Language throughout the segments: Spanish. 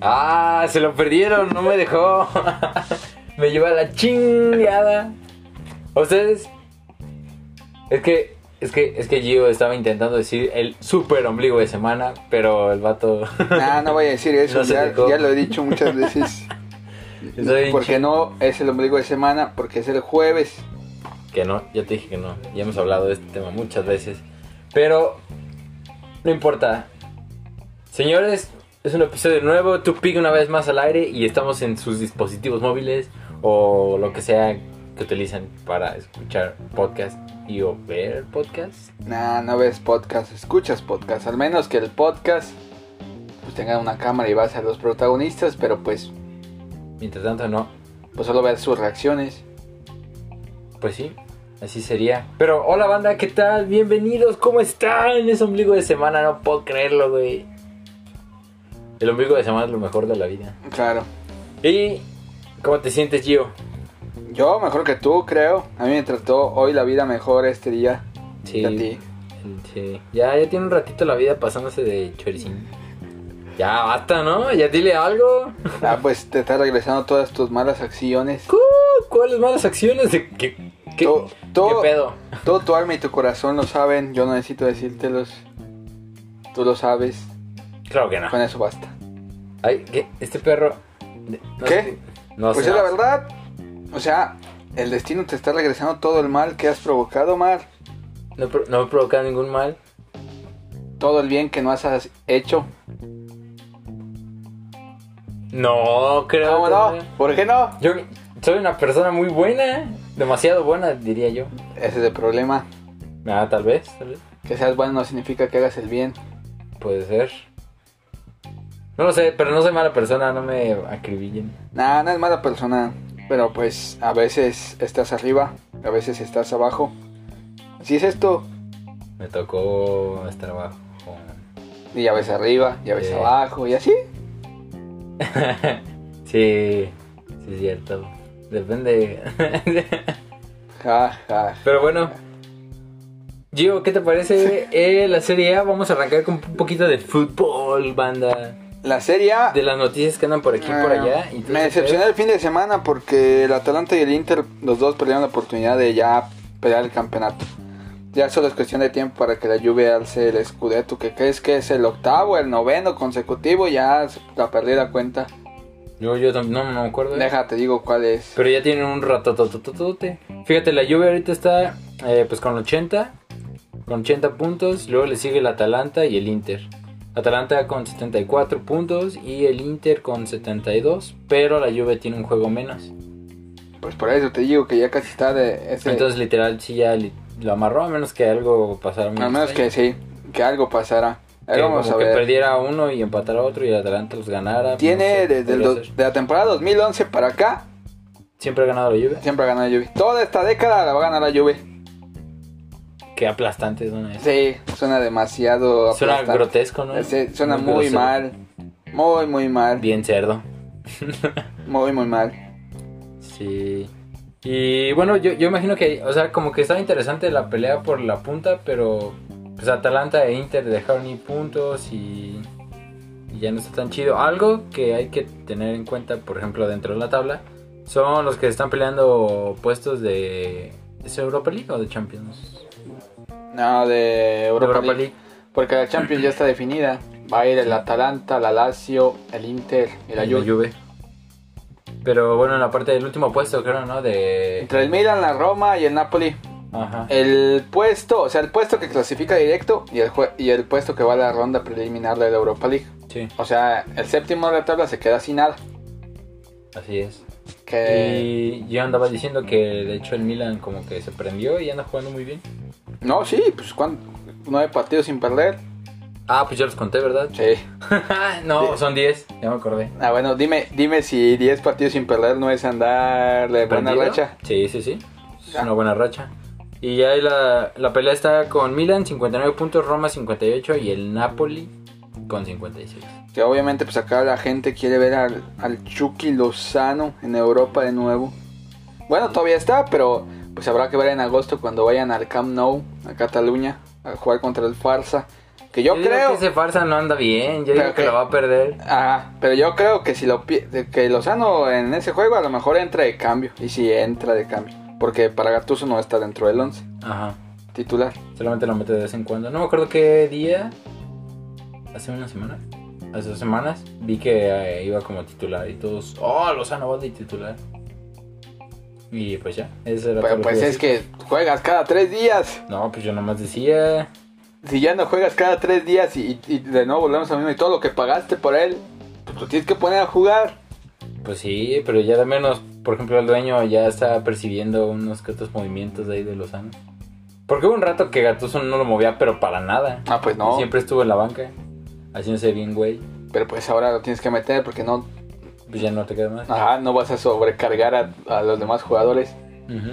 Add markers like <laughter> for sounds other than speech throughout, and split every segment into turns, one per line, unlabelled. Ah, se lo perdieron, no me dejó. <laughs> me lleva la chingada. ¿Ustedes? Es que, es que, es que Gio estaba intentando decir el super ombligo de semana, pero el vato.
Nah, no voy a decir eso,
No se
ya,
dejó.
ya lo he dicho muchas veces.
<laughs> Está bien
porque
chido.
no es el ombligo de semana, porque es el jueves.
Que no, ya te dije que no. Ya hemos hablado de este tema muchas veces. Pero no importa. Señores, es un episodio nuevo. Tu pick una vez más al aire y estamos en sus dispositivos móviles o lo que sea que utilizan para escuchar podcast y o ver podcast.
Nah, no ves podcast, escuchas podcast. Al menos que el podcast pues tenga una cámara y vas a los protagonistas, pero pues,
Mientras tanto, no.
pues solo ver sus reacciones.
Pues sí, así sería. Pero hola banda, ¿qué tal? Bienvenidos, ¿cómo están? Es ombligo de semana, no puedo creerlo, güey. El ombligo de semana es lo mejor de la vida.
Claro.
¿Y cómo te sientes, Gio?
Yo mejor que tú, creo. A mí me trató hoy la vida mejor este día
Sí.
que a ti.
sí. Ya, ya tiene un ratito la vida pasándose de choricín. Ya basta, ¿no? Ya dile algo.
Ah, pues te está regresando todas tus malas acciones.
Cu- ¿Cuáles malas acciones? ¿De ¿Qué, qué,
Todo- todo-
qué pedo?
Todo tu alma y tu corazón lo saben. Yo no necesito decírtelos. Tú lo sabes.
Claro que no.
Con eso basta.
Ay, ¿qué? Este perro. no
¿Qué?
sé- No
Pues
sé.
es la verdad. O sea, el destino te está regresando todo el mal que has provocado, Mar.
No, pro- no me provoca ningún mal.
Todo el bien que no has has hecho.
No, creo.
¿Cómo
que
no? ¿Por qué no?
Yo soy una persona muy buena. Demasiado buena, diría yo.
Ese es el problema.
Ah, tal vez, tal vez.
Que seas bueno no significa que hagas el bien.
Puede ser. No lo sé, pero no soy mala persona, no me acribillen.
Nah, no es mala persona. Pero pues a veces estás arriba, a veces estás abajo. Así es esto.
Me tocó estar abajo.
Y a veces arriba, y a veces
Sí.
abajo, y así.
sí, sí es cierto. Depende. <laughs>
Ja, ja.
pero bueno. Gio, ¿qué te parece eh, la Serie A? Vamos a arrancar con un poquito de fútbol, banda.
La Serie A.
De las noticias que andan por aquí y por allá. y eh, todo
Ah, me
ese
decepcioné el fin de semana porque el Atalanta y el Inter, los dos perdieron la oportunidad de ya pelear el campeonato. Ya solo es cuestión de tiempo para que la Juve alce el Scudetto, que crees que es el octavo, el noveno consecutivo, ya se- la perdí la cuenta.
pedo. Yo, yo tam- no, no me acuerdo.
Déjate, digo cuál es.
Pero ya tienen un ratotototote. Fíjate, la Juve ahorita está eh, pues con 80. Con 80 puntos. Luego le sigue el Atalanta y el Inter. Atalanta con 74 puntos y el Inter con 72. Pero la Juve tiene un juego menos.
Pues por eso te digo que ya casi está de ese.
Entonces literal sí ya li- lo amarró a menos que algo pasara. muy
al menos que
extraño.
sí, que algo pasara.
pues,
Ahí
Que
vamos
como
a
que
ver.
perdiera uno y empatara otro y el Atalanta los ganara. pues,
Tiene
No sé,
desde el
podría
do-
ser.
de la temporada 2011 para acá,
Siempre ha ganado la Juve.
siempre ha ganado la Juve. Toda esta década la va a ganar la Juve.
Qué aplastante es una
Sí, suena demasiado.
Suena
aplastante.
grotesco, ¿no?
Sí, suena muy,
grosero.
mal. Muy, muy mal.
Bien cerdo.
Muy, muy mal.
Sí. Y bueno, yo, yo imagino que, o sea, como que estaba interesante la pelea por la punta, pero pues Atalanta e Inter dejaron ir puntos y, y ya no está tan chido. Algo que hay que tener en cuenta, por ejemplo, dentro de la tabla, son los que están peleando puestos de... ¿Es Europa League o de Champions?
No, de
De
Europa, League. Porque la Champions ya está definida. Va a ir el Atalanta, la Lazio, el Inter y la
Y la
Juve.
Juve. Pero bueno, en la parte del último puesto, creo, ¿no? De...
Entre el Milan, la Roma y el Napoli.
Ajá.
El puesto, o sea, el puesto que clasifica directo y el, jue- y el puesto que va a la ronda preliminar de la Europa League.
Sí,
O sea, el séptimo de la tabla se queda sin nada.
así es.
Que...
Y yo andaba diciendo que de hecho el Milan como que se prendió y anda jugando muy bien.
No, sí, pues ¿cuánto? nueve partidos sin perder.
Ah, pues ya los conté, ¿verdad? <laughs>
Sí.
no, son 10, ya me acordé.
Ah, bueno, dime, dime si 10 partidos sin perder no es andar de buena
¿Prendido?
racha.
Sí, sí, sí. Es
Ah.
una buena racha. Y ya ahí la, la pelea está con Milan, 59 puntos, Roma 58 y el Napoli con 56.
Que obviamente pues acá la gente quiere ver al, al Chucky Lozano en Europa de nuevo. Bueno, todavía está, pero pues habrá que ver en agosto cuando vayan al Camp Nou, a Cataluña, a jugar contra el Farsa. Que yo,
digo
creo.
que ese farsa no anda bien. Yo
Pero
digo que
que-
lo va a perder.
Ajá, pero yo creo que si lo pi- que Lozano en ese juego a lo mejor entra de cambio. Y si entra de cambio. Porque para Gattuso no está dentro del 11
Ajá.
titular.
Solamente lo mete de vez en cuando. No me acuerdo qué día. Hace una semana. Hace dos semanas. Vi que eh, iba como titular y todos. Oh, Lozano va de titular. Y pues ya. Eso era todo
Pero
lo
pues
iba a
es que juegas cada tres días.
decir. No, pues yo nomás decía.
Si ya no juegas cada tres días y, y de nuevo volvemos a mismo y todo lo que pagaste por él, pues lo tienes que poner a jugar.
Pues sí, pero ya de menos, por ejemplo, el dueño ya está percibiendo unos que otros movimientos de ahí de Lozano. Porque hubo un rato que Gatuso no lo movía, pero para nada.
Ah, pues no.
Siempre estuvo en la banca, haciéndose bien, güey.
Pero pues ahora lo tienes que meter porque no,
Pues ya no te queda más.
ajá, no vas a sobrecargar a, a los demás jugadores.
Ujú.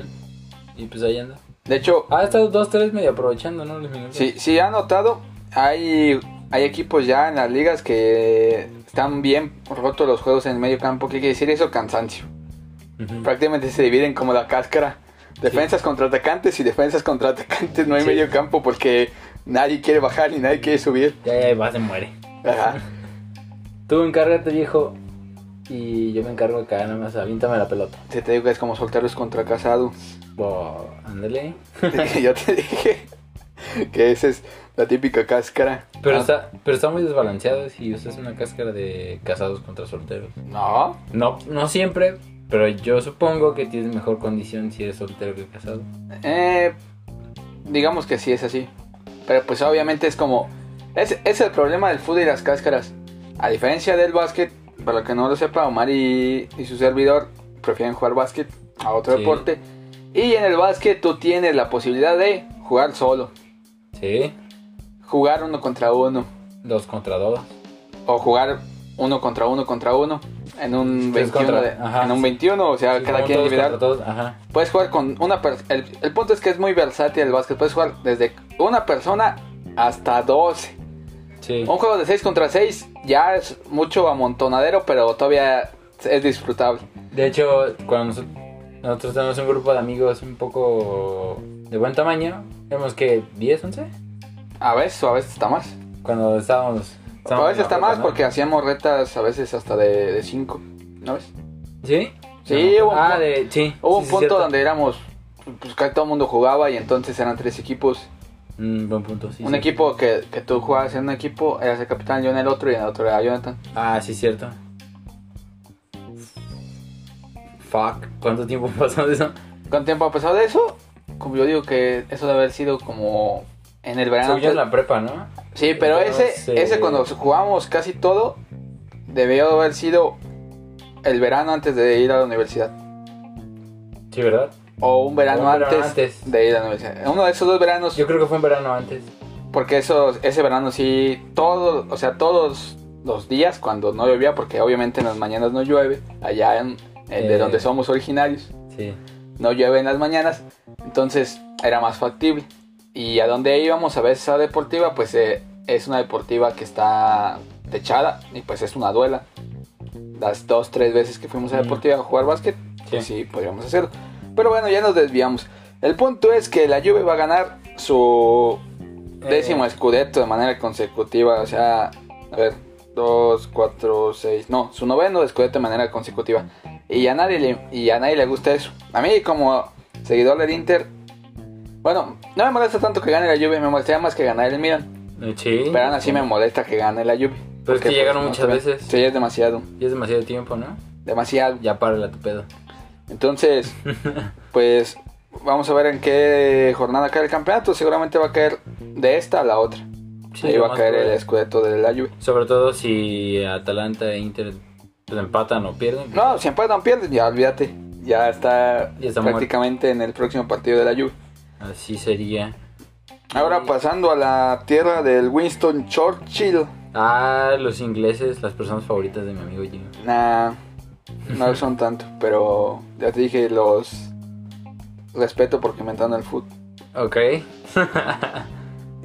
Y pues ahí anda.
De hecho,
Ah, estos dos, tres medio aprovechando, ¿no? Los minutos.
si, si han notado, hay, hay equipos ya en las ligas que están bien rotos los juegos en el medio campo. ¿Qué quiere decir eso? Cansancio.
Ujú.
Prácticamente se dividen como la cáscara. Defensas contra atacantes y defensas contra atacantes. No hay
Sí.
medio campo porque nadie quiere bajar ni nadie quiere subir.
Ya, ya, va, se muere.
Ajá.
Tú encárgate, viejo. Y yo me encargo acá, nada más. Avíntame la pelota.
Se te digo que es como solteros contra casado.
Bo, ándale.
Yo <laughs> te dije que esa es la típica cáscara.
Pero,
Ah,
está, pero está muy desbalanceado si usas una cáscara de casados contra solteros.
No.
No, no siempre, pero yo supongo que tienes mejor condición si eres soltero que casado.
Eh, digamos que sí es así. Pero pues obviamente es como... Es, es el problema del fútbol y las cáscaras. A diferencia del básquet, para el que no lo sepa, Omar y, y su servidor prefieren jugar básquet a otro
Sí.
deporte. Y en el básquet tú tienes la posibilidad de jugar solo,
Sí,
jugar uno contra uno,
dos contra dos.
o jugar uno contra uno contra uno en un
Tres
21,
contra-
de-
ajá,
en un
sí.
21 o sea,
Sí,
cada
como
quien
todos
individual.
contra todos, Ajá.
Puedes jugar con una persona. El, el punto es que es muy versátil el básquet. Puedes jugar desde una persona hasta 12.
Sí.
Un juego de 6 contra 6 ya es mucho amontonadero, pero todavía es disfrutable.
De hecho, cuando noso- nosotros tenemos un grupo de amigos un poco de buen tamaño, vemos que 10, 11.
A veces, o a veces está más.
Cuando estábamos.
a
estábamos en
veces
la
está
prepa,
más
¿no?
porque hacíamos retas a veces hasta de 5. ¿No ves?
¿Sí?
Sí, hubo un
ah,
pu-
de, sí.
Hubo
sí,
un
sí,
punto
cierto.
donde éramos. Pues casi todo el mundo jugaba y entonces eran tres equipos.
Mm, buen punto, sí.
un
sí.
equipo que, que tú jugabas en un equipo, eras el capitán, yo en el otro y en el otro era Jonathan.
Ah, sí, cierto. Fuck. ¿Cuánto tiempo <laughs> pasó de eso?
¿Cuánto tiempo ha pasado de eso? Como yo digo que eso debe haber sido como en el verano.
Según yo en
antes-
la prepa, ¿no?
Sí, pero ese,
Entonces-
ese cuando jugamos casi todo, debió haber sido el verano antes de ir a la universidad.
Sí, ¿verdad?
O un verano,
Un verano
antes,
antes.
de ir a la universidad. Uno de esos dos veranos,
Yo creo que fue un verano antes.
porque esos, ese verano sí, todos, o sea, todos los días cuando no llovía, porque obviamente en las mañanas no llueve, allá en, en-
Eh.
de donde somos originarios.
Sí.
no llueve en las mañanas, entonces era más factible. Y a donde íbamos a ver esa deportiva, pues eh, es una deportiva que está techada y pues es una duela. Las dos, tres veces que fuimos a la
Mm.
deportiva a jugar básquet, pues
Sí.
sí, podríamos hacerlo. Pero bueno, ya nos desviamos. El punto es que la Juve va a ganar su décimo
Eh,
escudeto de manera consecutiva. O sea, a ver, dos, cuatro, seis. No, su noveno escudeto de manera consecutiva. Y a nadie le, y a nadie le gusta eso. A mí, como seguidor del Inter, bueno, no me molesta tanto que gane la lluvia, me molestaría más que ganar el Milan.
Sí.
Pero aún así me molesta que gane la pues, lluvia.
Pero es que llegaron muchas veces.
Sí, es demasiado.
Y es demasiado tiempo, ¿no?
Demasiado.
Ya párale tu pedo. <laughs>
Entonces, pues vamos a ver en qué jornada cae el campeonato. Seguramente va a caer de esta a la otra.
Sí,
Ahí
lo
va a
más
caer el
probable.
escudeto de la lluvia.
Sobre todo si Atalanta e Inter pues, empatan o pierden.
No, si empatan pierden, ya olvídate. Ya está,
Ya está
prácticamente en el próximo partido de la Juve.
Así sería.
Ahora pasando a la tierra del Winston Churchill.
Ah, los ingleses, las personas favoritas de mi amigo Jim.
Nah,
<laughs>
no son tanto, pero ya te dije, los respeto porque me entrando el fútbol.
Ok.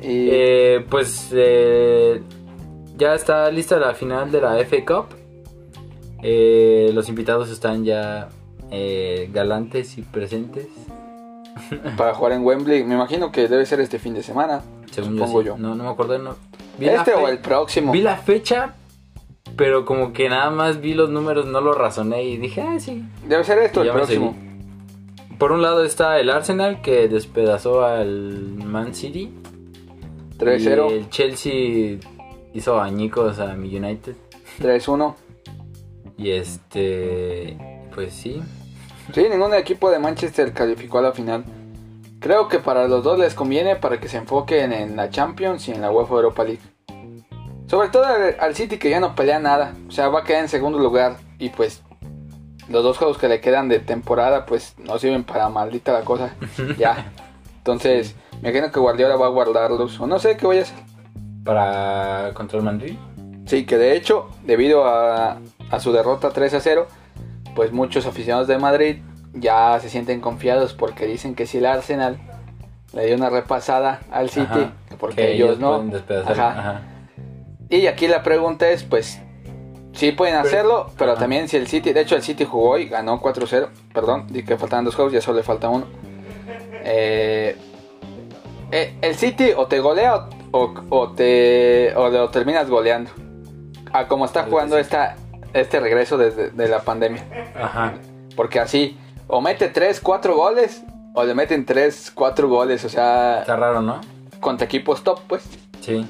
Y
Eh, pues eh, ya está lista la final de la FA Cup. Eh, los invitados están ya eh, galantes y presentes.
para jugar en Wembley, me imagino que debe ser este fin de semana.
Según
Supongo
yo. sí.
yo.
No, no me acuerdo. No, Vi la
este
fe-
o el próximo.
Vi la fecha, pero como que nada más vi los números, no lo razoné y dije, ah, sí.
Debe ser esto
Y
el
ya me
próximo.
Por un lado está el Arsenal que despedazó al Man City. Y
3-0,
el Chelsea hizo añicos a mi United.
3-1.
Y este. Pues sí.
Sí, ningún equipo de Manchester calificó a la final. Creo que para los dos les conviene para que se enfoquen en la Champions y en la UEFA Europa League. Sobre todo al, al City que ya no pelea nada, o sea, va a quedar en segundo lugar y pues los dos juegos que le quedan de temporada pues no sirven para maldita la cosa. Ya. Entonces, me imagino que Guardiola va a guardarlos o no sé qué voy a hacer.
Para. Contra el Madrid.
Sí, que de hecho, debido a, a su derrota 3 a 0, pues muchos aficionados de Madrid ya se sienten confiados porque dicen que si el Arsenal le dio una repasada al City,
Ajá,
porque
que
ellos no.
pueden despedazar.
Ajá.
ajá.
Y aquí la pregunta es, pues, sí pueden
Pero-
hacerlo, pero,
ajá.
también si el City, de hecho el City jugó y ganó 4-0, perdón, y que faltaban dos juegos, ya solo le falta uno. Eh, eh, el City o te golea o, o- o te o lo terminas goleando. A como está jugando esta, este regreso desde de la pandemia.
Ajá.
Porque así, o mete 3, 4 goles, o le meten 3, 4 goles, o sea,
Está raro, ¿no?
contra equipos top, pues.
Sí.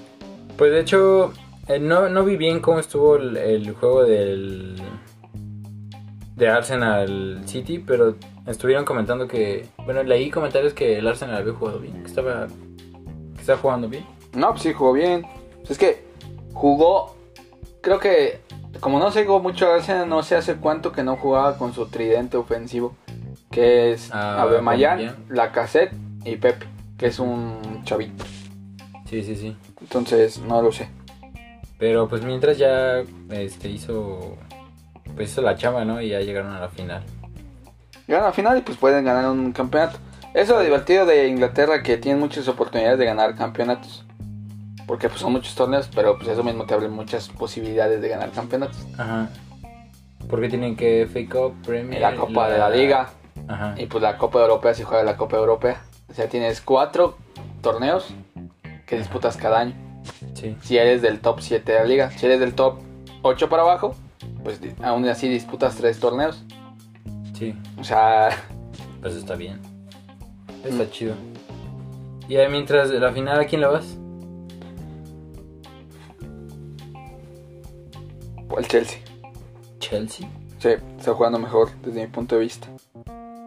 Pues de hecho, eh, no, no vi bien cómo estuvo el, el juego del. de Arsenal City, pero estuvieron comentando que. Bueno, leí comentarios que el Arsenal había jugado bien, que estaba. que estaba jugando bien.
No, pues sí, jugó bien. Pues es que jugó, creo que como no se jugó mucho al Arsenal, no sé hace cuánto que no jugaba con su tridente ofensivo, que es
Ah,
Abemayán,
Aubameyang.
Lacazette y Pepe, que es un chavito.
Sí, sí, sí.
Entonces, no lo sé.
Pero pues mientras ya este, hizo. Pues hizo la chamba, ¿no? Y ya llegaron a la final.
Llegan al final y pues pueden ganar un campeonato. Eso es lo divertido de Inglaterra, que tienen muchas oportunidades de ganar campeonatos. Porque pues son muchos torneos, pero pues eso mismo te abre muchas posibilidades de ganar campeonatos.
Ajá. Porque tienen que FA Cup, Premier.
La Copa de la Liga.
Ajá.
Y pues la Copa Europea si juega la Copa Europea. O sea, tienes cuatro torneos que disputas cada año.
Sí.
Si eres del top 7 de la liga, si eres del top 8 para abajo, pues di- aún así disputas tres torneos.
Sí.
O sea, <laughs>
Pues está bien.
Mm.
Está chido. Y ahí mientras de la final, ¿a quién le vas?
el Chelsea.
Chelsea.
Sí, está jugando mejor desde mi punto de vista.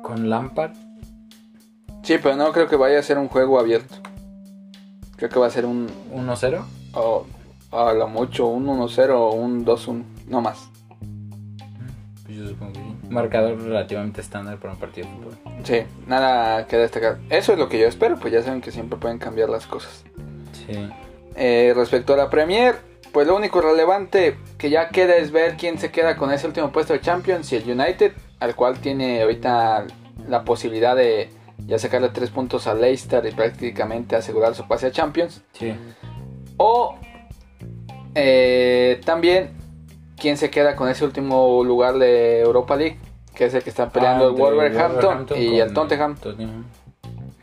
Con Lampard.
Sí, pero no creo que vaya a ser un juego abierto. Creo que va a ser un,
1-0.
o- a lo mucho, un 1-0 o un 2-1, no más.
Pues yo supongo que sí. Marcador relativamente estándar para un partido de fútbol.
Sí, nada que destacar. Eso es lo que yo espero, pues ya saben que siempre pueden cambiar las cosas.
Sí.
Eh, respecto a la Premier, pues lo único relevante que ya queda es ver quién se queda con ese último puesto de Champions y el United, al cual tiene ahorita la posibilidad de ya sacarle tres puntos a Leicester y prácticamente asegurar su pase a Champions.
Sí.
O eh, también quién se queda con ese último lugar de Europa League, que es el que están peleando
Ah,
el
entre
Wolverhampton, y
con
el Tottenham.
Tottenham.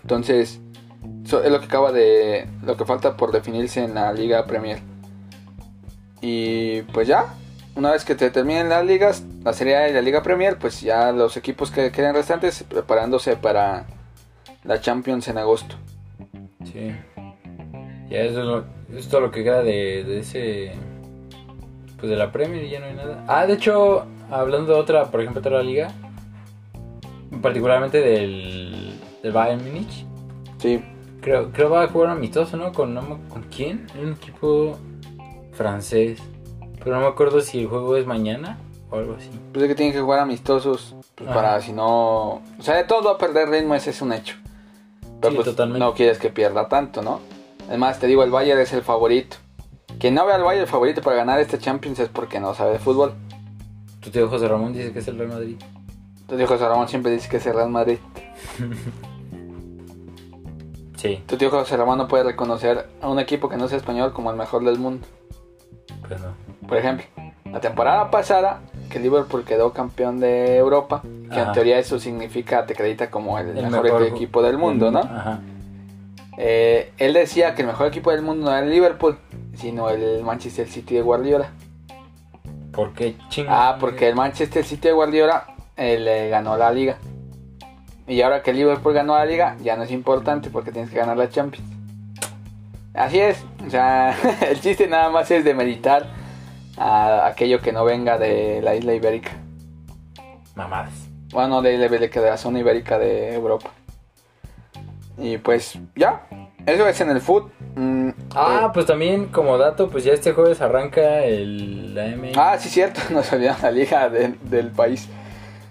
Entonces, eso es lo que acaba de. lo que falta por definirse en la Liga Premier. Y pues ya, una vez que te terminen las ligas, la Serie A y la Liga Premier, pues ya los equipos que queden restantes preparándose para la Champions en agosto.
Sí. Ya eso es, lo, es todo lo que queda de, de ese. Pues de la Premier y ya no hay nada. Ah, de hecho, hablando de otra, por ejemplo, otra liga. Particularmente del, del Bayern Múnich.
Sí,
Creo, creo va a jugar amistoso, ¿no? Con, no me- ¿Con quién? Era Un equipo francés. Pero no me acuerdo si el juego es mañana o algo así.
pues es que tienen que jugar amistosos pues,
Ajá.
para si no. O sea, de todo va a perder ritmo, ese es un hecho. Pero
Sí,
pues,
totalmente.
no quieres que pierda tanto, ¿no? Además, te digo, el Bayern es el favorito. Quien no ve al Bayern favorito para ganar este Champions es porque no sabe de fútbol.
Tu tío José Ramón dice que es el Real Madrid.
Tu tío José Ramón siempre dice que es el Real Madrid.
Sí,
Tu tío José Ramón no puede reconocer a un equipo que no sea español como el mejor del mundo.
pues no.
Por ejemplo, la temporada pasada, que Liverpool quedó campeón de Europa, que en
Ajá.
teoría eso significa, te acredita como el,
El
mejor,
mejor ju-
equipo del mundo, ¿no?
Ajá.
Eh, él decía que el mejor equipo del mundo no era el Liverpool, sino el Manchester City de Guardiola.
¿Por qué chingados?
Ah, porque el Manchester City de Guardiola eh, le ganó la liga. Y ahora que el Liverpool ganó la liga, ya no es importante porque tienes que ganar la Champions. Así es, o sea, <laughs> el chiste nada más es de meditar a aquello que no venga de la isla ibérica.
Mamadas.
Bueno, de la isla ibérica, de la zona ibérica de Europa. Y pues ya, eso es en el foot. Mm,
Ah, pues también como dato, pues ya este jueves arranca el la M.
eh, ah, sí, cierto, <laughs> nos olvidamos la liga de- del país.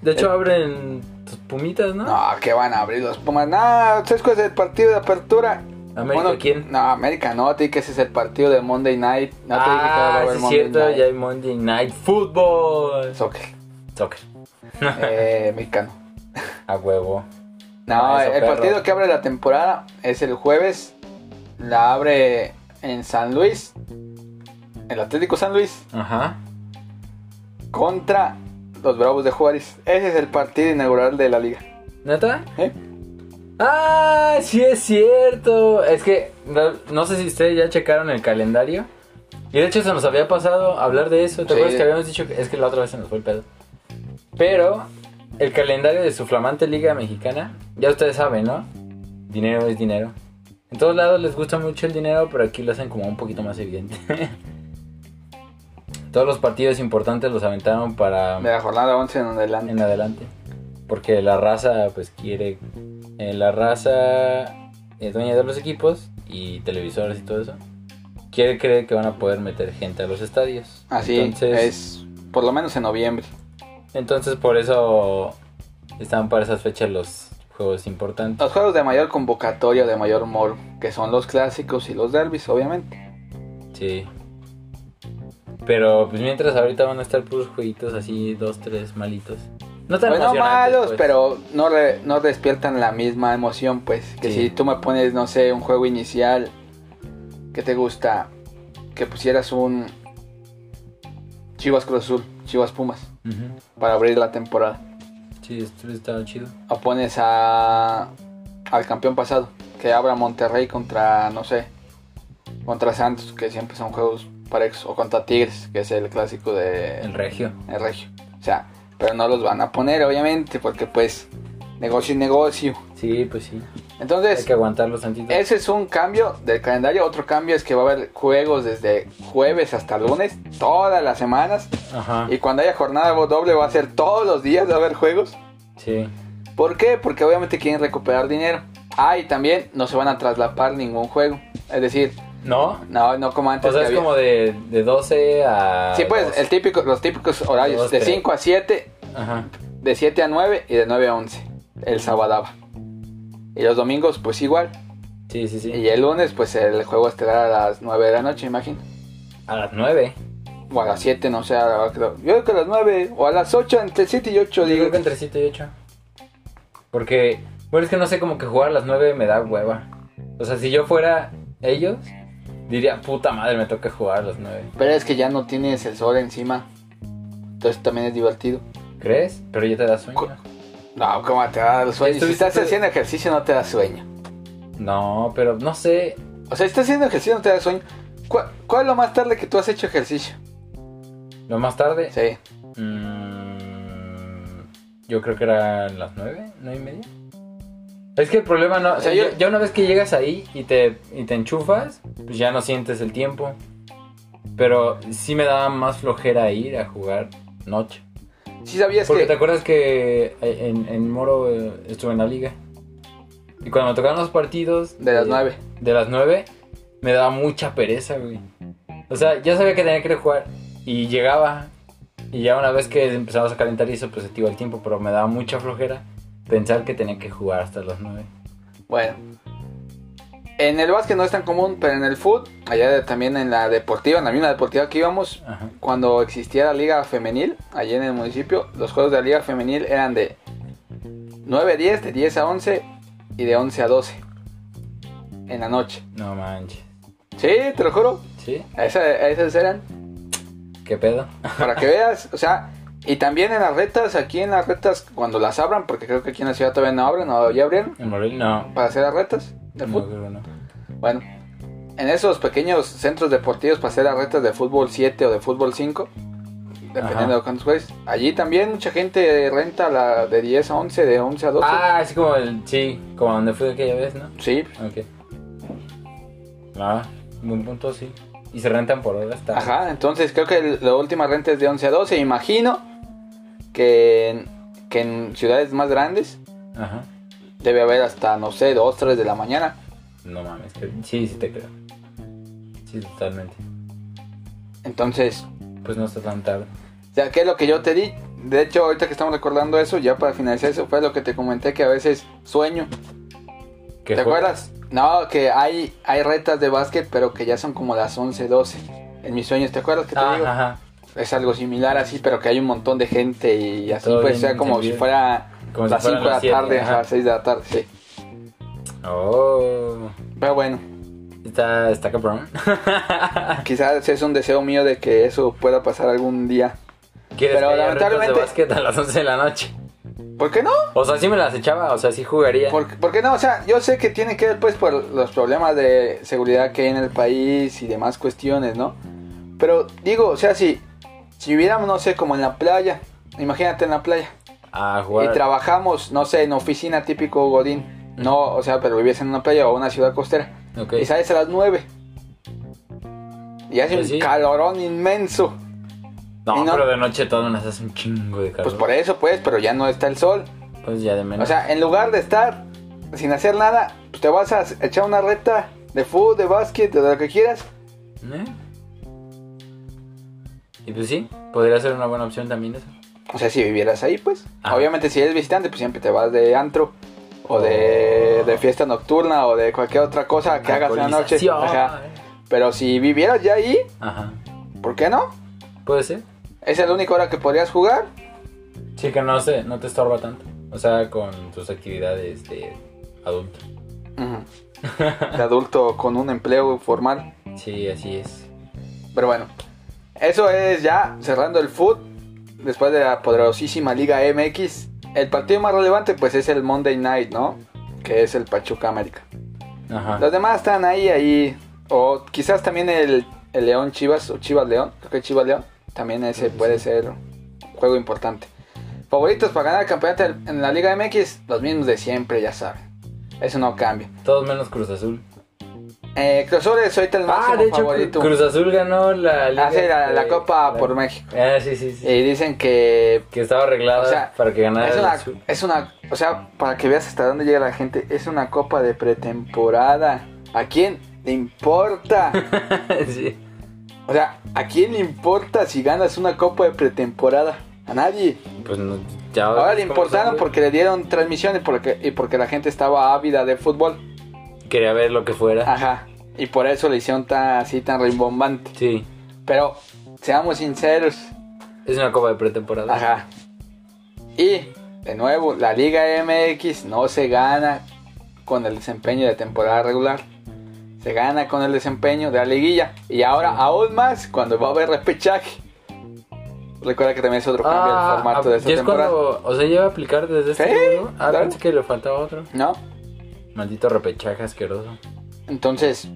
de hecho abren tus pumitas, ¿no?
No, que van a abrir los Pumas. No, tres cosas del partido de apertura.
América,
Bueno,
¿quién?
No, América no, te dije que ese es el partido de Monday Night. No te dije que va
ah,
a haber
sí es
Monday
cierto,
Night.
ya hay Monday Night Football. <laughs>
Soccer,
Soccer.
eh, mexicano.
A huevo.
No,
Ah, eso,
el
perro.
partido que abre la temporada es el jueves. La abre en San Luis. El Atlético San Luis
Ajá.
contra los Bravos de Juárez. Ese es el partido inaugural de la liga.
¿Neta?
¿Eh?
Ah, sí es cierto. Es que no, no sé si ustedes ya checaron el calendario. Y de hecho se nos había pasado hablar de eso. ¿Te
Sí.
acuerdas que habíamos dicho que es que la otra vez se nos fue el pedo? Pero el calendario de su flamante liga mexicana, ya ustedes saben, ¿no? Dinero es dinero. En todos lados les gusta mucho el dinero, pero aquí lo hacen como un poquito más evidente. <laughs> todos los partidos importantes los aventaron para
De la jornada 11 en adelante.
en adelante. Porque la raza, pues quiere. eh, la raza es dueña de los equipos y televisores y todo eso. Quiere creer que van a poder meter gente a los estadios.
Así
entonces,
es. Por lo menos en noviembre.
Entonces, por eso están para esas fechas los juegos importantes.
Los juegos de mayor convocatoria, de mayor morbo, que son los clásicos y los derbis, obviamente.
Sí. Pero pues mientras ahorita van a estar puros jueguitos así, dos, tres malitos. No tan
Bueno,
emocionantes,
malos,
pues.
pero no, re- no despiertan la misma emoción, pues. Que
Sí.
si tú me pones, no sé, un juego inicial que te gusta, que pusieras un Chivas Cruz Azul, Chivas Pumas,
Ujú.
para abrir la temporada.
Sí, esto estaba chido.
O pones a, al campeón pasado, que abra Monterrey contra, no sé, contra Santos, que siempre son juegos parejos, o contra Tigres, que es el clásico de
El regio.
el regio. O sea, pero no los van a poner, obviamente, porque pues negocio y negocio.
Sí, pues sí. Hay
Entonces,
que aguantarlos tantito.
ese es un cambio del calendario. Otro cambio es que va a haber juegos desde jueves hasta lunes, todas las semanas.
Ajá.
Y cuando haya jornada doble va a ser todos los días, va a haber juegos.
Sí.
¿Por qué? Porque obviamente quieren recuperar dinero. Ah, y también no se van a traslapar ningún juego. Es decir,
¿No?
no, no como antes.
O sea,
que
es
había.
como de, de 12 a.
Sí, pues,
12.
el típico, los típicos horarios,
Dos,
de
tres.
5 a 7,
Ajá.
de 7 a 9 y de 9 a 11, el sabadaba. Y los domingos, pues igual.
Sí, sí, sí.
Y el lunes, pues el juego estelar a las 9 de la noche, imagino.
A las 9.
O a las 7, no sé, a la hora que lo- yo creo que a las 9, o a las 8, entre 7 y 8,
Yo
digo.
creo que entre 7 y 8. Porque. Bueno, es que no sé, como que jugar a las 9 me da hueva. O sea, si yo fuera ellos, diría, puta madre, me toca jugar a las 9.
Pero es que ya no tienes el sol encima. Entonces también es divertido.
¿Crees? Pero ya te da sueño.
No, ¿cómo te va a dar sueño? Si
Estuviste-
estás haciendo ejercicio no te da sueño.
No, pero no sé.
O sea, si estás haciendo ejercicio no te da sueño. ¿Cuál, cuál es lo más tarde que tú has hecho ejercicio?
Lo más tarde.
Sí.
Mm, yo creo que eran las nueve, nueve y media. Es que el problema no.
O sea,
yo,
yo-
ya una vez que llegas ahí y te, y te enchufas, pues ya no sientes el tiempo. Pero sí me daba más flojera ir a jugar noche.
Sí sabías
Porque
que...
te acuerdas que en, en Moro eh, estuve en la liga. Y cuando me tocaban los partidos.
De las
eh,
nueve.
De las nueve, me daba mucha pereza, güey. O sea, ya sabía que tenía que ir a jugar. Y llegaba. Y ya una vez que empezabas a calentar y eso, pues se te iba el tiempo. Pero me daba mucha flojera pensar que tenía que jugar hasta las nueve.
Bueno. En el básquet no es tan común, pero en el fútbol, allá de- también en la deportiva, en la misma deportiva que íbamos,
Ajá.
cuando existía la liga femenil, allí en el municipio, los juegos de la liga femenil eran de 9 a 10, de 10 a 11 y de 11 a 12. En la noche.
No manches.
Sí, te lo juro.
¿Sí?
Esa- esas eran.
¿Qué pedo? <laughs>
Para que veas, o sea, y también en las retas, aquí en las retas, cuando las abran, porque creo que aquí en la ciudad todavía no abren, o ya abrieron,
¿En Morelia? No.
para hacer las retas de
No,
fútbol.
creo no.
Bueno, en esos pequeños centros deportivos para hacer las retas de fútbol 7 o de fútbol 5, dependiendo
Ajá.
de cuántos juegues. Allí también mucha gente renta la de 10 a 11, de 11 a 12.
Ah, así como el. Sí, como donde fui aquella vez, ¿no?
Sí,
Ok. Ah, buen punto, sí. Y se rentan por hora hasta.
Ajá, entonces creo que el- la última renta es de 11 a 12. Imagino que en, que en ciudades más grandes
Ajá.
debe haber hasta, no sé, 2, 3 de la mañana.
No mames, que- sí, sí te creo. Sí, totalmente.
Entonces,
Pues no está tan tarde.
ya que es lo que yo te di. De hecho, ahorita que estamos recordando eso, ya para finalizar eso, fue lo que te comenté que a veces sueño.
¿Qué
¿Te
juega?
acuerdas? No, que hay, hay retas de básquet, pero que ya son como las 11, 12. En mis sueños, ¿te acuerdas que te
Ah,
digo?
ajá.
Es algo similar así, pero que hay un montón de gente y así,
Todo
pues, o
bien
sea, como si
entendido.
fuera
Como si
las 5
fueran
de la
las siete,
tarde,
ajá.
a 6 de la tarde, sí.
Oh.
Pero bueno,
Está, está cabrón. <laughs> Ah.
quizás es un deseo mío de que eso pueda pasar algún día.
¿Quieres
Pero
que haya retos
lamentablemente-
de básquet a las 11 de la noche?
¿Por qué no?
O sea, sí me las echaba, o sea, sí jugaría.
¿Por, por qué no? O sea, yo sé que tiene que ver pues por los problemas de seguridad que hay en el país y demás cuestiones, ¿no? Pero digo, o sea, si, si viviéramos, no sé, como en la playa, imagínate en la playa,
A jugar.
y trabajamos, no sé, en oficina típico Godín, no, o sea, pero vivías en una playa o una ciudad costera,
Ok.
y sales a las 9. Y hace
Pues
un
sí.
calorón inmenso.
No,
y no-
pero de noche todo nos hace un chingo de calor.
Pues por eso, pues, pero ya no está el sol.
Pues ya de menos.
O sea, en lugar de estar sin hacer nada, pues te vas a echar una recta de fútbol, de básquet, de lo que quieras.
¿Eh? Y pues sí, podría ser una buena opción también eso.
O sea, si vivieras ahí, pues.
Ajá.
Obviamente, si eres visitante, pues siempre te vas de antro. O de, de fiesta nocturna o de cualquier otra cosa que hagas en la noche.
Alcoholización.
Ajá. Pero si vivieras ya ahí,
Ajá.
¿por qué no?
Puede ser.
Esa Es la única hora que podrías jugar.
Sí, que no, sé, no te estorba tanto. O sea, con tus actividades de adulto.
Ujú. De adulto con un empleo formal.
Sí, así es.
Pero bueno, eso es ya cerrando el foot. Después de la poderosísima Liga MX, el partido más relevante pues es el Monday Night, ¿no? Que es el Pachuca América.
Ajá.
Los demás están ahí, ahí. O quizás también el, el León Chivas o Chivas León. Creo que Chivas León. También ese puede ser un juego importante. Favoritos para ganar el campeonato del- en la Liga MX, los mismos de siempre, ya saben. Eso no cambia.
Todos menos Cruz Azul.
Eh, Cruz Azul es ahorita el máximo
Ah, de hecho,
favorito.
Cruz Azul ganó la Liga
Hace Ah, la, la
de-
Copa
la-
por México.
Ah, sí, sí, sí.
Y dicen que
que estaba arreglada
o sea,
para que ganara
es
el
una,
Azul.
es una, o sea, para que veas hasta dónde llega la gente, es una copa de pretemporada. ¿A quién le importa?
<laughs> sí.
o sea, ¿a quién le importa si ganas una copa de pretemporada? A nadie.
Pues no, ya
Ahora le
¿cómo
importaron
sabe?
porque le dieron transmisión y porque, y porque la gente estaba ávida de fútbol.
Quería ver lo que fuera.
Ajá. Y por eso le hicieron tan, así tan rimbombante.
Sí.
Pero, seamos sinceros.
Es una copa de pretemporada.
Ajá. Y, de nuevo, la Liga MX no se gana con el desempeño de temporada regular. Se gana con el desempeño de la liguilla. Y ahora, aún más, cuando va a haber repechaje. Recuerda que también es otro cambio
Ah,
el formato de
ah,
esta
ya es
temporada.
cuando, o sea, lleva a aplicar desde este
Sí,
juego. Ah,
claro.
pensé que le faltaba otro.
¿No?
Maldito repechaje asqueroso.
Entonces,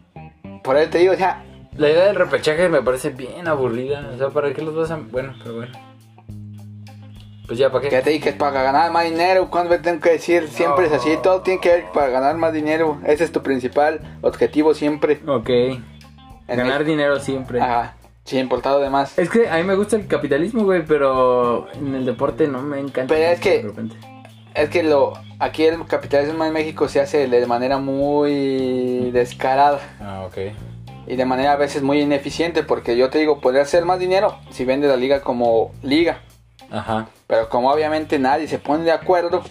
por ahí te digo, o sea,
La idea del repechaje me parece bien aburrida. O sea, ¿para qué los vas a...? Bueno, pero bueno. Pues ya, ¿para qué?
ya te dije que es para ganar más dinero. ¿Cuándo me tengo que decir? Siempre es así. Todo tiene que ver para ganar más dinero. Ese es tu principal objetivo siempre.
Ok.
En Ah.
Ganar
México.
dinero siempre.
Ajá. Sin importar lo demás.
Es que a mí me gusta el capitalismo, güey, pero en el deporte no me encanta.
Pero es que-
De repente.
Es que lo aquí el capitalismo en México se hace de manera muy descarada
Ah, ok.
y de manera a veces muy ineficiente porque yo te digo, podría hacer más dinero si vende la liga como liga,
Ajá.
pero como obviamente nadie se pone de acuerdo,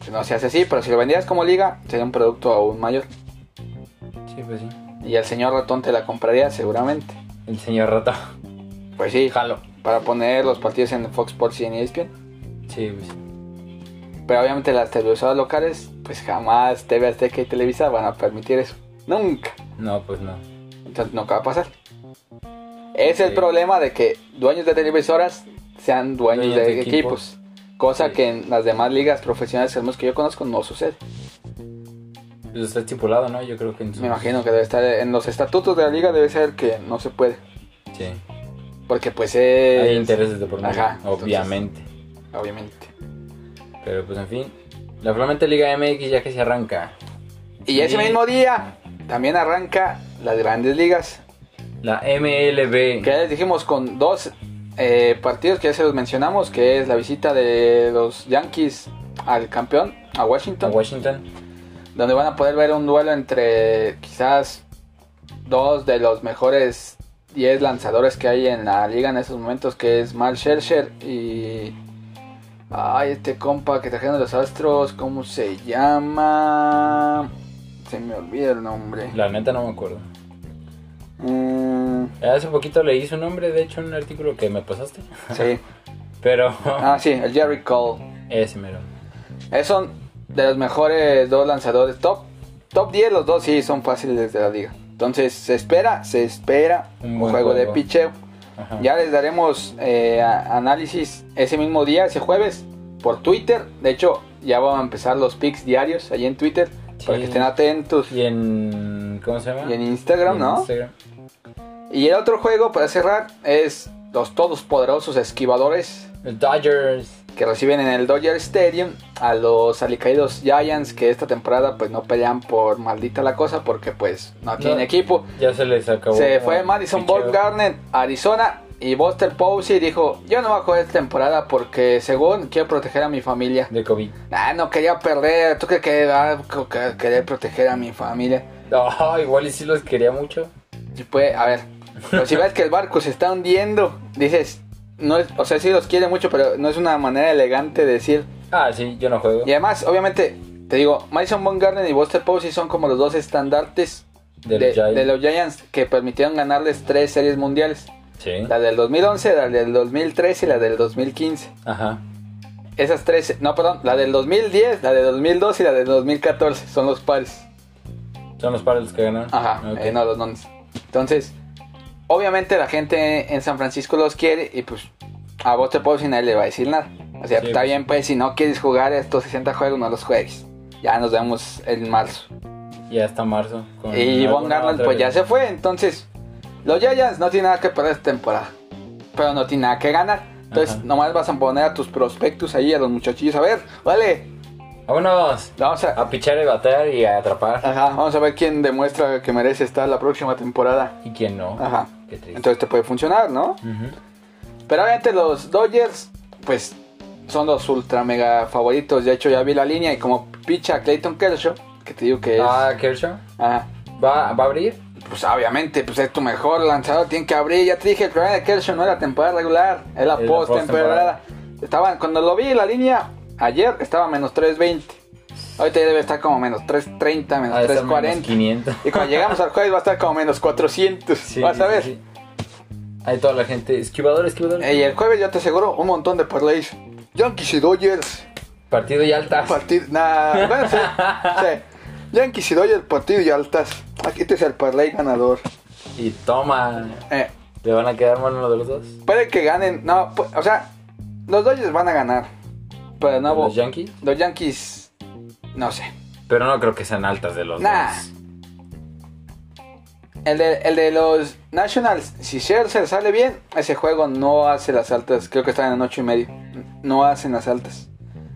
pues no se hace así, pero si lo vendías como liga sería un producto aún mayor
Sí, pues sí.
y el señor ratón te la compraría seguramente.
El señor rato.
Pues sí,
Jalo.
para poner los partidos en Fox Sports y en E ESPN,
Sí, pues sí.
pero obviamente las televisoras locales, pues jamás TV Azteca y Televisa van a permitir eso. Nunca.
No, pues no.
Entonces nunca va a pasar. Es el
Sí.
problema de que dueños de televisoras sean dueños,
Dueños
de,
de
equipos. Cosa
Sí.
que en las demás ligas profesionales al menos que yo conozco no sucede.
Pues está estipulado, ¿no? Yo creo que en su-
Me imagino que debe estar en los estatutos de la liga debe ser que no se puede,
Sí.
porque pues es
Hay intereses de por medio,
Ajá, entonces-
obviamente.
obviamente.
Pero pues en fin. La Flamante Liga MX ya que se arranca.
Y ese
Sí.
mismo día también arranca las Grandes Ligas,
La MLB.
que ya les dijimos con dos eh, partidos que ya se los mencionamos, que es la visita de los Yankees al campeón a
A
Washington,
Washington.
donde van a poder ver un duelo entre quizás dos de los mejores 10 lanzadores que hay en la liga en estos momentos, que es Mal Scherzer y... Ay, este compa que trajeron los Astros, ¿cómo se llama? Se me olvida el nombre.
La neta no me acuerdo.
Mm,
Hace poquito leí su nombre, de hecho, en un artículo que me pasaste. <laughs>
sí.
Pero
Ah, sí, el Jerry Cole.
<laughs> ese mero.
Esos son de los mejores dos lanzadores. Top, top 10 los dos sí son fáciles de la liga. Entonces se espera, se espera
Un
un,
buen
juego, de
juego.
picheo.
Ajá.
Ya les daremos eh, a- análisis ese mismo día, ese jueves, por Twitter. De hecho, ya van a empezar los picks diarios allí en Twitter. Para
Sí.
que estén atentos.
Y en. ¿Cómo se llama?
Y en Instagram,
Y en
¿no?
Instagram.
Y el otro juego, para cerrar, es los todos poderosos esquivadores.
Los Dodgers.
que reciben en el Dodger Stadium a los alicaídos Giants que esta temporada pues no pelean por maldita la cosa porque pues no tienen
No.
equipo.
Ya se les acabó.
Se fue Madison
Picheo.
Bumgarner, Arizona y Buster Posey dijo yo no voy a jugar esta temporada porque según quiero proteger a mi familia.
De COVID.
Ah, no quería perder, tú que querer proteger a mi familia.
No, Ah, igual y sí los quería mucho.
Y pues, a ver, pero si ves que el barco se está hundiendo, dices, no es, o sea, sí los quiere mucho, pero no es una manera elegante de decir,
Ah, sí, yo no juego.
Y además, obviamente, te digo, Madison Bumgarner y Buster Posey son como los dos estandartes
de
de,
los Giants.
de los Giants que permitieron ganarles tres series mundiales.
Sí.
La del 2011, la del 2013 y la del 2015.
Ajá.
Esas tres, no, perdón, la del 2010, la del 2012 y la del 2014 son los pares.
Son los padres los que ganaron.
Ajá,
Ok.
eh, no, los nones. Entonces, obviamente la gente en San Francisco los quiere y pues a Buster Posey nadie le va a decir nada. O sea,
Sí,
está
pues.
bien, pues si no quieres jugar estos 60 juegos, no los juegues. Ya nos vemos en marzo.
Y hasta marzo. con
Y Von
alguna
Garland
otra
pues ya
vez.
se fue, entonces los Giants no tienen nada que perder esta temporada, pero no tienen nada que ganar. Entonces
Ajá.
nomás vas a poner a tus prospectos ahí, a los muchachillos, a ver, vale,
Vámonos.
vamos a,
A pichar y batear y a atrapar.
ajá, vamos a ver quién demuestra que merece estar la próxima temporada.
Y quién no.
Ajá,
Qué triste.
entonces te puede funcionar, ¿no?
Ujú.
Pero obviamente los Dodgers, pues son los ultra mega favoritos, de hecho ya vi la línea y como picha Clayton Kershaw, que te digo que es...
Ah, Kershaw.
ajá,
¿Va, ¿Va a abrir?
Pues obviamente, pues es tu mejor lanzador, tiene que abrir. Ya te dije, el problema de Kershaw no era temporada regular, es la
Es la
post-temporada. Estaban, cuando lo vi en la línea, ayer estaba menos 320. Ahorita ya debe estar como menos 330, menos
Ha de estar menos
340. <laughs>
500.
Y cuando llegamos al jueves va a estar como menos 400.
Sí,
vas a
sí,
ver. Eh,
sí. Hay toda la gente. Esquivador, esquivador.
Y el jueves yo te aseguro un montón de parlays. Yankees y Dodgers.
Partido y altas.
Partido. Nah, bueno,
<laughs>
sí, sí. Yankees y Dodgers, partido y altas. Aquí este es el parlay ganador.
Y toma.
Eh.
¿Le van a quedar mal uno de los dos?
Puede que ganen. No, pu- o sea, los Dodgers van a ganar. Pero no,
¿De ¿Los
los,
Yankees?
Yankees. No sé.
Pero no creo que sean altas de los
Nah. ah,
dos.
El de, el de los Nationals, si Scherzer sale bien, ese juego no hace las altas. Creo que están en 8 y medio. No hacen las altas.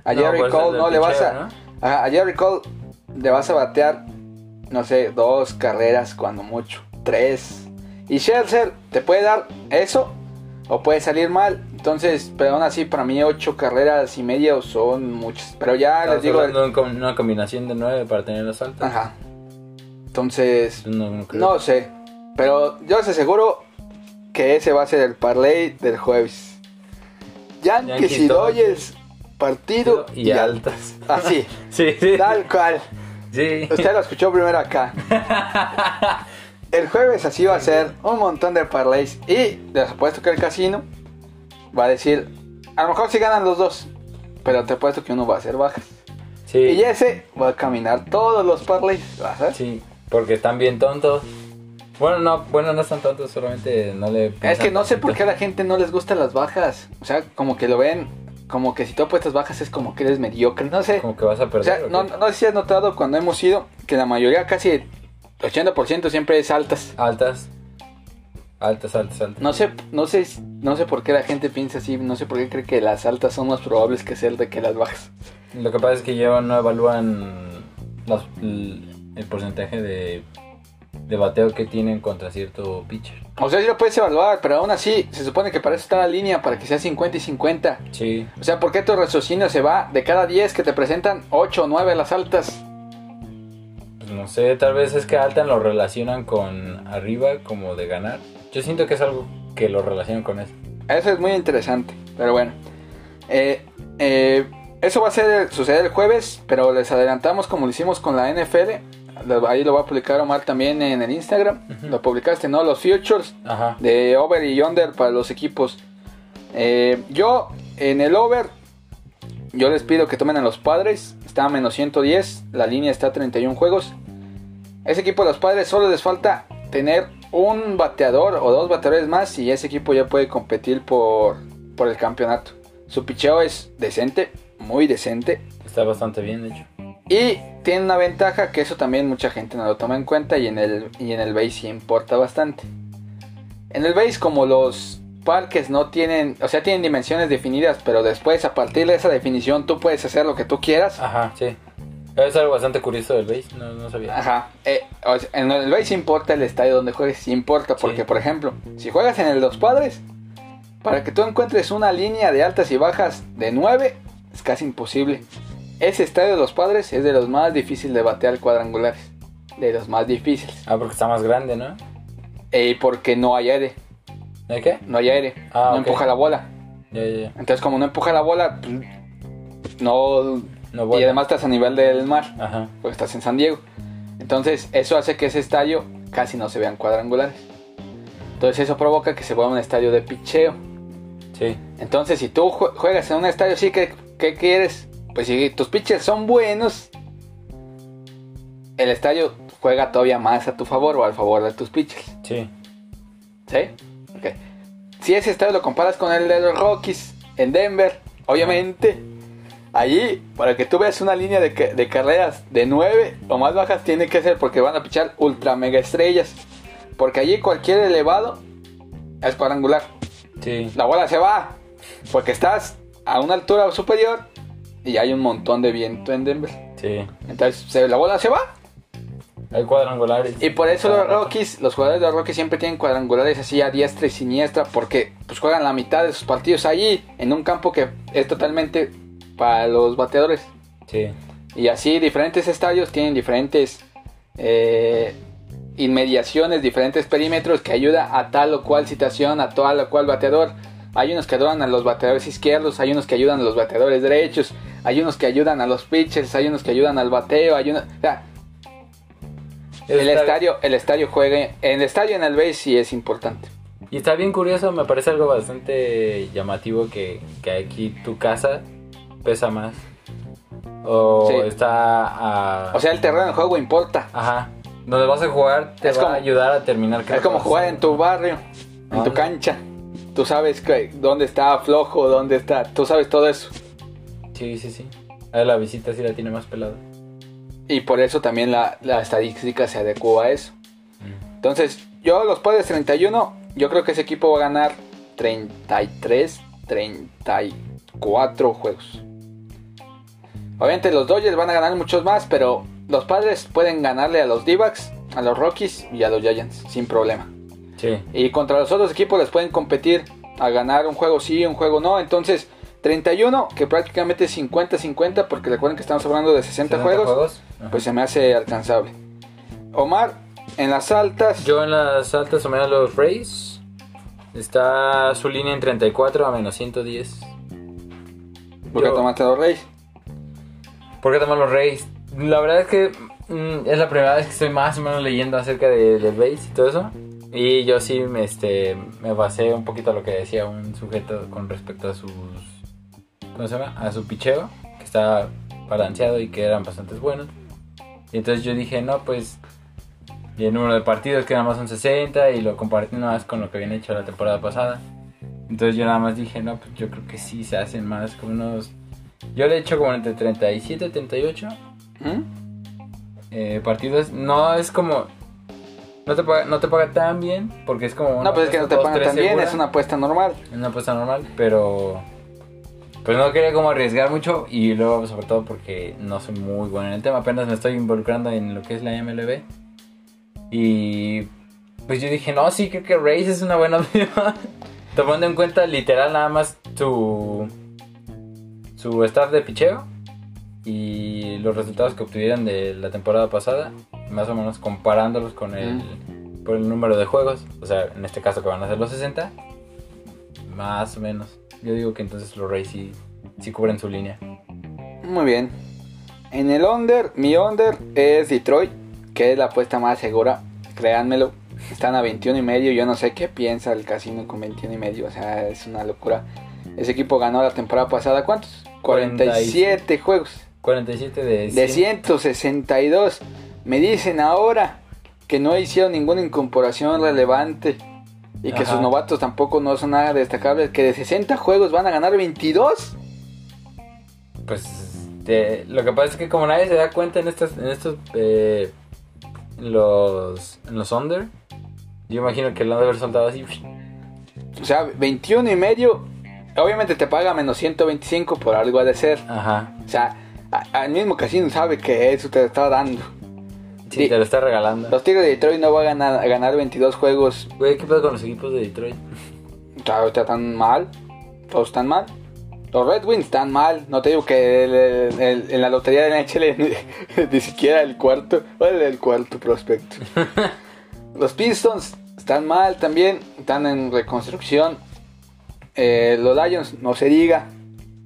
A
No,
Jerry
pues, el
Cole
de
no le vas
picheo,
a. ajá, a Jerry Cole le vas a batear, no sé, dos carreras cuando mucho. Tres. Y Scherzer te puede dar eso o puede salir mal. Entonces, pero aún así, para mí, ocho carreras y media son muchas. Pero ya
Estamos
les digo.
hablando de un com- una combinación de nueve para tener las altas.
Ajá. Entonces,
No, no creo.
no sé. Pero yo les aseguro que ese va a ser el parlay del jueves. Yankees,
Yankees,
y Dodgers, partido
y, altas. <laughs>
Así,
Sí, sí.
tal cual.
Sí.
Usted lo escuchó
<laughs>
primero acá. El jueves así va a ser un montón de parlays. Y les apuesto que el casino va a decir: A lo mejor si ganan los dos, pero te apuesto que uno va a hacer bajas.
Sí.
Y ese va a caminar todos los parlays. ¿vas a ver?
Sí, porque están bien tontos. Bueno, no, bueno, no están tontos, solamente no le
Es
piensan
que no sé por qué a
tantito.
la gente no les gustan las bajas. O sea, como que lo ven, como que si tú apuestas bajas es como que eres mediocre. No sé.
Como que vas a
O sea,
perder. ¿o
no,
qué?
no sé si has notado cuando hemos ido que la mayoría, casi 80% siempre es altas.
Altas. Altas, altas, altas.
No sé, no sé, no sé por qué la gente piensa así, no sé por qué cree que las altas son más probables que ser de que las bajas.
Lo que pasa es que ya no evalúan las- l- el porcentaje de, de bateo que tienen contra cierto pitcher.
O sea, sí lo puedes evaluar, pero aún así, se supone que para eso está la línea, para que sea 50 y 50.
Sí.
O sea, ¿por qué tu raciocinio se va de cada 10 que te presentan 8 o 9 las altas?
Pues no sé, tal vez es que a Altan lo relacionan con arriba, como de ganar. Yo siento que es algo que lo relacionan con eso.
Eso es muy interesante, pero bueno. Eh, eh, eso va a ser suceder el jueves, pero les adelantamos como lo hicimos con la NFL. Lo- Ahí lo va a publicar Omar también en el Instagram.
Ujú.
Lo publicaste, ¿no? Los futures
Ajá.
de over y under para los equipos. Eh, yo en el over, yo les pido que tomen a los padres. Está a menos 110, la línea está a 31 juegos. Ese equipo de los padres solo les falta tener un bateador o dos bateadores más y ese equipo ya puede competir por, por el campeonato. Su picheo es decente, muy decente.
Está bastante bien, de hecho.
Y tiene una ventaja que eso también mucha gente no lo toma en cuenta y en el, y en el base sí importa bastante. En el base como los parques no tienen, o sea, tienen dimensiones definidas, pero después a partir de esa definición tú puedes hacer lo que tú quieras.
Ajá, sí. Es algo bastante curioso del base, no, no sabía.
Ajá. eh, o sea, en el base sí importa el estadio donde juegues, sí importa, porque
Sí.
por ejemplo, si juegas en el Los Padres, para que tú encuentres una línea de altas y bajas de 9 es casi imposible. Ese estadio de Los Padres es de los más difíciles de batear cuadrangulares, de los más difíciles. Eh,
Ah, porque está más grande, ¿no?
Y porque no hay aire,
¿De qué?
no hay aire,
Ah,
no
ok.
empuja la bola.
Ya, ya, ya.
Entonces como no empuja la bola, pues, no
No
y
vuela.
además estás a nivel del mar.
Ajá.
pues estás en San Diego. Entonces, eso hace que ese estadio casi no se vean cuadrangulares. Entonces, eso provoca que se vuelva un estadio de picheo.
Sí.
Entonces, si tú jue- juegas en un estadio así, ¿qué, qué quieres? Pues si tus pitchers son buenos, el estadio juega todavía más a tu favor o al favor de tus pitchers.
Sí.
¿Sí? Ok. Si ese estadio lo comparas con el de los Rockies en Denver, obviamente, allí, para que tú veas una línea de, ca- de carreras de 9 o más bajas, tiene que ser porque van a pichar ultra mega estrellas. Porque allí cualquier elevado es cuadrangular.
Sí.
La bola se va, porque estás a una altura superior y hay un montón de viento en Denver.
Sí.
Entonces, se- la bola se va,
Hay cuadrangulares.
y por eso los Rockies, los jugadores de los Rockies siempre tienen cuadrangulares así a diestra y siniestra porque pues juegan la mitad de sus partidos allí en un campo que es totalmente para los bateadores.
Sí.
Y así diferentes estadios tienen diferentes eh, inmediaciones, diferentes perímetros que ayuda a tal o cual situación, a tal o cual bateador. Hay unos que ayudan a los bateadores izquierdos, hay unos que ayudan a los bateadores derechos, hay unos que ayudan a los pitchers, hay unos que ayudan al bateo, hay unos... o sea,
Eso
el
está-
estadio, el estadio juegue, el estadio en el base sí es importante.
Y está bien curioso, me parece algo bastante llamativo que, que aquí tu casa pesa más. O
Sí.
está a...
O sea, el terreno de juego importa.
Ajá. Donde vas a jugar te
Es
va
como-
a ayudar a terminar. creo
Es como
que-
jugar en tu barrio, en tu
Ah.
cancha. Tú sabes que, dónde está flojo, dónde está, tú sabes todo eso.
Sí, sí, sí. Ahí la visita sí la tiene más pelada.
Y por eso también la, la estadística se adecua a eso. Entonces, yo los padres 31, yo creo que ese equipo va a ganar 33, 34 juegos. Obviamente los Dodgers van a ganar muchos más, pero los padres pueden ganarle a los d a los Rockies y a los Giants sin problema.
Sí.
Y contra los otros equipos les pueden competir a ganar un juego sí, un juego no. Entonces, 31, que prácticamente es 50-50, porque recuerden que estamos hablando de 60,
70
juegos
Ajá.
pues se me hace alcanzable. Omar, en las altas,
Yo en las altas o menos los Rays. Está su línea en 34 a menos 110.
porque
yo-
tomaste a los Reyes.
¿Por qué tomar los Rays? La verdad es que mm, es la primera vez que estoy más o menos leyendo acerca de- del base y todo eso. Y yo sí me, este, me basé un poquito a lo que decía un sujeto con respecto a sus. ¿Cómo se llama? A su picheo, que estaba balanceado y que eran bastante buenos. Y entonces yo dije, no, pues. Y el número de partidos que nada más son 60 y lo compartí nada más con lo que habían hecho la temporada pasada. Entonces yo nada más dije, no, pues yo creo que sí se hacen más, como unos yo le echo como entre 37 y 38.
¿Mm?
eh, partidos. No es como. No te, paga, no te paga tan bien, porque es como.
No, pues es que no te pagan tan bien, es
una.
una apuesta normal.
apuesta dos, tres segura, una apuesta normal, pero. Pues no quería como arriesgar mucho y luego, sobre todo, porque no soy muy bueno en el tema. Apenas me estoy involucrando en lo que es la MLB. Y. Pues yo dije, no, sí, creo que Rays es una buena <laughs> opción. Tomando en cuenta, literal, nada más su. su staff de picheo y los resultados que obtuvieron de la temporada pasada, más o menos comparándolos con el, por el número de juegos, o sea, en este caso que van a ser los 60, más o menos. Yo digo que entonces los Rays sí, sí cubren su línea.
Muy bien. En el under, mi under es Detroit, que es la apuesta más segura, créanmelo. Están a 21 y medio, yo no sé qué piensa el casino con 21 y medio, o sea, es una locura. Ese equipo ganó la temporada pasada, ¿cuántos? 47 juegos
47 de 100.
de 162. Me dicen ahora que no hicieron ninguna incorporación relevante y que
Ajá.
sus novatos tampoco no son nada destacables, que de 60 juegos van a ganar 22.
Pues te- lo que pasa es que como nadie se da cuenta en estas en estos eh, en los en los under, yo imagino que lo han de haber soltado así.
O sea, 21 y medio. Obviamente te paga menos 125 por algo ha de ser.
Ajá.
O sea, a- al mismo casino sabe que eso te lo está dando.
Sí,
Sí.
te lo está regalando.
Los Tigres de Detroit no van a ganar, a ganar 22 juegos.
Güey, ¿qué pasa con los equipos de Detroit?
O sea, ahorita están mal. Todos están mal. Los Red Wings están mal. No te digo que el- el- el- en la lotería de la NHL <laughs> ni, ni siquiera el cuarto. bueno, el
<laughs>
cuarto prospecto. los Pistons están mal también. Están en reconstrucción. Eh, los Lions, no se diga.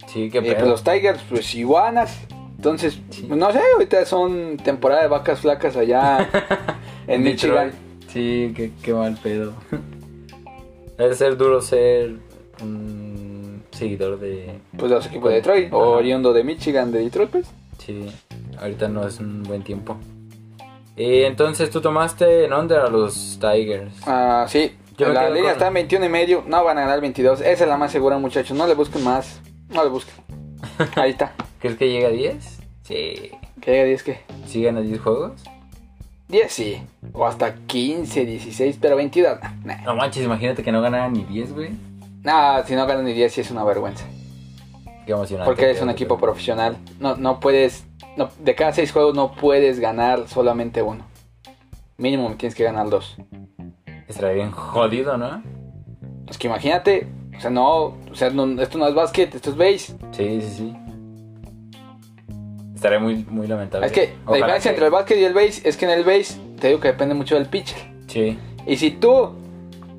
Sí, qué
Eh, pues
pedo.
los Tigers, pues iguanas. Entonces,
Sí.
pues, no sé, ahorita son temporada de vacas flacas
<laughs>
allá en Michigan.
Detroit. Sí, qué, qué mal pedo. <laughs> Debe ser duro ser un seguidor de...
Pues los equipos de Detroit,
Ajá.
oriundo de Michigan, de Detroit, pues.
Sí, ahorita no es un buen tiempo. Eh, entonces tú tomaste en under a los Tigers.
Ah, sí.
Yo me
la
quedo
línea
con-
está en 21 y medio, no van a ganar 22. Esa es la más segura, muchachos. No le busquen más. No le
<laughs>
busquen. Ahí está.
¿Crees que llega a 10? Sí.
Que llegue 10 que.
¿Siguen a 10 juegos?
10 sí. O hasta 15, 16, pero 22. Nah, nah.
No manches, imagínate que no ganaran ni 10, güey.
Nah, si no ganan ni 10, sí es una vergüenza.
Qué emocionante.
Porque eres un
Pero-
equipo profesional. No, no puedes. No, de cada seis juegos no puedes ganar solamente uno. Mínimo tienes que ganar dos.
Estaría bien jodido, ¿no?
Es que imagínate. O sea, no. O sea, no- esto no es básquet, esto es base.
Sí, sí, sí. Estaría muy, muy lamentable.
Es que la
Ojalá
diferencia
que-
entre el básquet y el base es que en el base te digo que depende mucho del pitcher.
Sí,
Y si tú,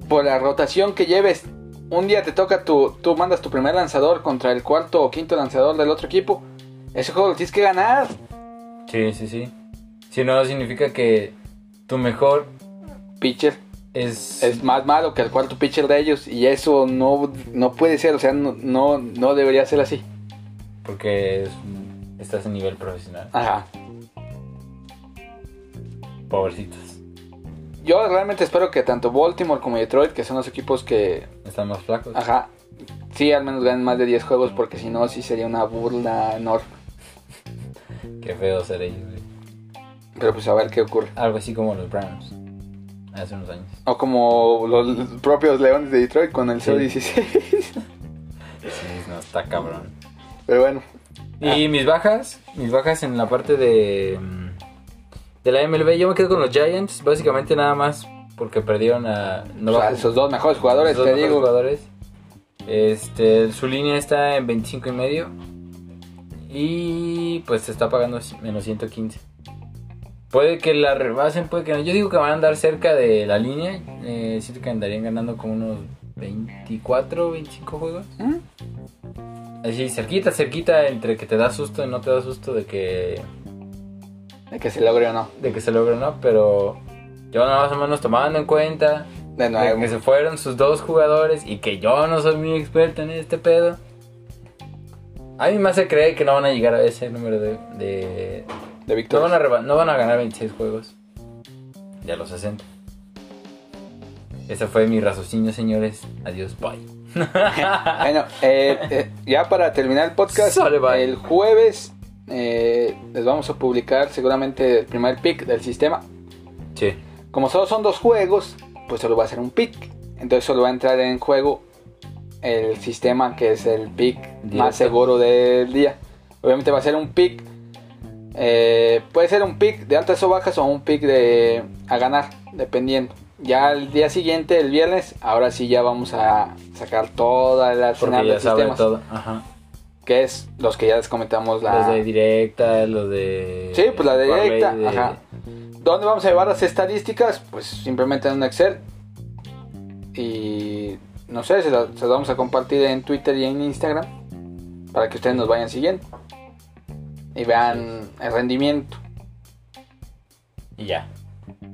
por la rotación que lleves, un día te toca tu. Tú mandas tu primer lanzador contra el cuarto o quinto lanzador del otro equipo. Ese juego lo tienes que ganar.
sí, sí, sí. Si no, significa que tu mejor
Pitcher.
es...
es más malo que el cuarto pitcher de ellos y eso no, no puede ser, o sea, no, no, no debería ser así.
Porque es- estás en nivel profesional.
Ajá.
Pobrecitos.
Yo realmente espero que tanto Baltimore como Detroit, que son los equipos que,
Están más flacos.
ajá, sí al menos ganen más de 10 juegos porque si no, sí sería una burla enorme.
Qué feo ser ellos, güey.
Pero pues a ver qué ocurre.
Algo así como los Browns. Hace unos años.
O como los propios Leones de Detroit con el
Sí.
0-16.
Sí, no, está cabrón.
<laughs> Pero bueno, Ah.
Y mis bajas, mis bajas en la parte de, mm, de la MLB, yo me quedo con los Giants, básicamente nada más porque perdieron a... No
o sea,
bajo-
esos dos mejores jugadores,
Los
te
dos mejores
digo.
jugadores. Este, su línea está en 25 y medio. Y pues se está pagando c- menos 115. Puede que la rebasen, puede que no. Yo digo que van a andar cerca de la línea. Eh, siento que andarían ganando como unos 24, 25 juegos.
¿Mm?
Así, cerquita, cerquita, entre que te da susto y no te da susto de que,
De que se logre o no.
de que se logre o no. Pero yo nada más o menos tomando en cuenta
De
de
nuevo.
que se fueron sus dos jugadores y que yo no soy muy experto en este pedo. A mí me hace creer que no van a llegar a ese número de... de- no,
De
van a
<laughs> victoria.
reba- no van a ganar 26 juegos. Ya los 60. Ese fue mi raciocinio, señores. Adiós, bye.
Bueno, eh, eh, ya para terminar el podcast,
Sale, bye.
el jueves eh, les vamos a publicar seguramente el primer pick del sistema.
Sí.
Como solo son dos juegos, pues solo va a ser un pick. Entonces solo va a entrar en juego el sistema que es el pick
Directo.
más seguro del día. Obviamente va a ser un pick. eh, puede ser un pick de altas o bajas o un pick de a ganar, dependiendo. Ya el día siguiente, el viernes, ahora sí ya vamos a sacar toda la
Porque
arsenal de
ya saben
sistemas.
todo. Ajá.
Que es los que ya les comentamos la.
Los de directa, los de.
Sí, pues la
parlay
directa,
de-
ajá. ¿Dónde vamos a llevar las estadísticas? Pues simplemente en un Excel. Y no sé, se la- se las, vamos a compartir en Twitter y en Instagram. Para que ustedes nos vayan siguiendo. Y vean el rendimiento.
Y ya.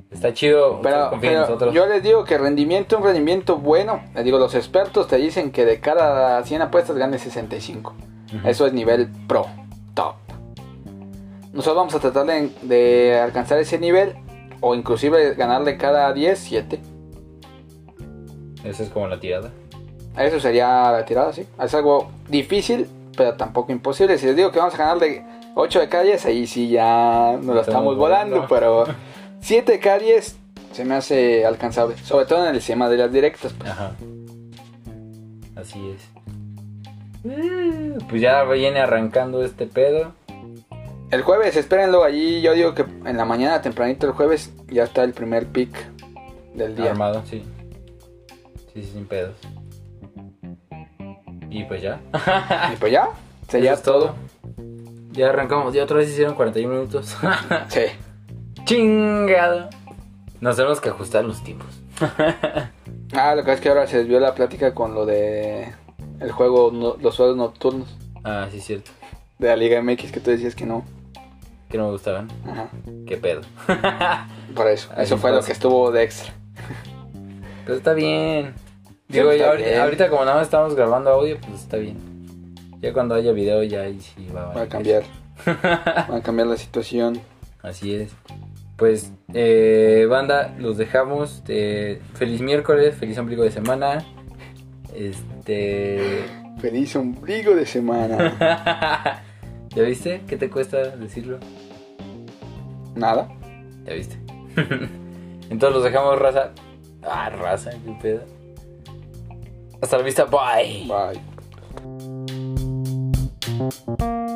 Está chido.
Pero,
confíen en
pero
nosotros.
yo les digo que rendimiento, un rendimiento bueno. Les digo, los expertos te dicen que de cada 100 apuestas ganes 65.
Ujú.
Eso es nivel pro, top. Nosotros vamos a tratar de, de alcanzar ese nivel o inclusive ganarle cada 10, 7.
Esa es como la tirada.
Eso sería la tirada, sí. Es algo difícil, pero tampoco imposible. Si les digo que vamos a ganarle 8 de cada 10, ahí sí ya nos la
Estamos
estamos volando, pero 7 de cada 10 se me hace alcanzable. Sobre todo en el tema de las directas. pues.
Ajá. Así es. Eh, Pues ya viene arrancando este pedo.
El jueves, espérenlo allí. Yo digo que en la mañana, tempranito el jueves, ya está el primer pick del día.
Armado, sí. Sí, sí, sin pedos. Y pues ya.
Y pues ya, sería
Eso es todo. Ya arrancamos. Ya otra vez hicieron 41 minutos. <laughs>
Sí.
Chingado. Nos tenemos que ajustar los tiempos.
Ah, lo que es que ahora se desvió la plática con lo de el juego, no- los juegos nocturnos
Ah, sí, es cierto.
de la Liga MX que tú decías que no.
Que no me gustaban.
Ajá.
Qué pedo.
Por eso.
Ahí
eso fue lo
pasa.
que estuvo de extra.
Pero Pues está bien. Digo,
Sí, está
ya ahorita,
bien.
ahorita como nada más estamos grabando audio, pues está bien. Ya cuando haya video, ya ahí sí va
Va a
valer.
cambiar. Va a cambiar la situación.
Así es. Pues, eh, banda, los dejamos. Eh, feliz miércoles, feliz ombligo de semana.
<laughs>
Este.
Feliz ombligo
<laughs>
de semana.
¿Ya viste? ¿Qué te cuesta decirlo?
Nada.
Ya viste. <laughs> Entonces los dejamos, raza. Ah, raza, qué pedo. Hasta la vista, bye.
Bye.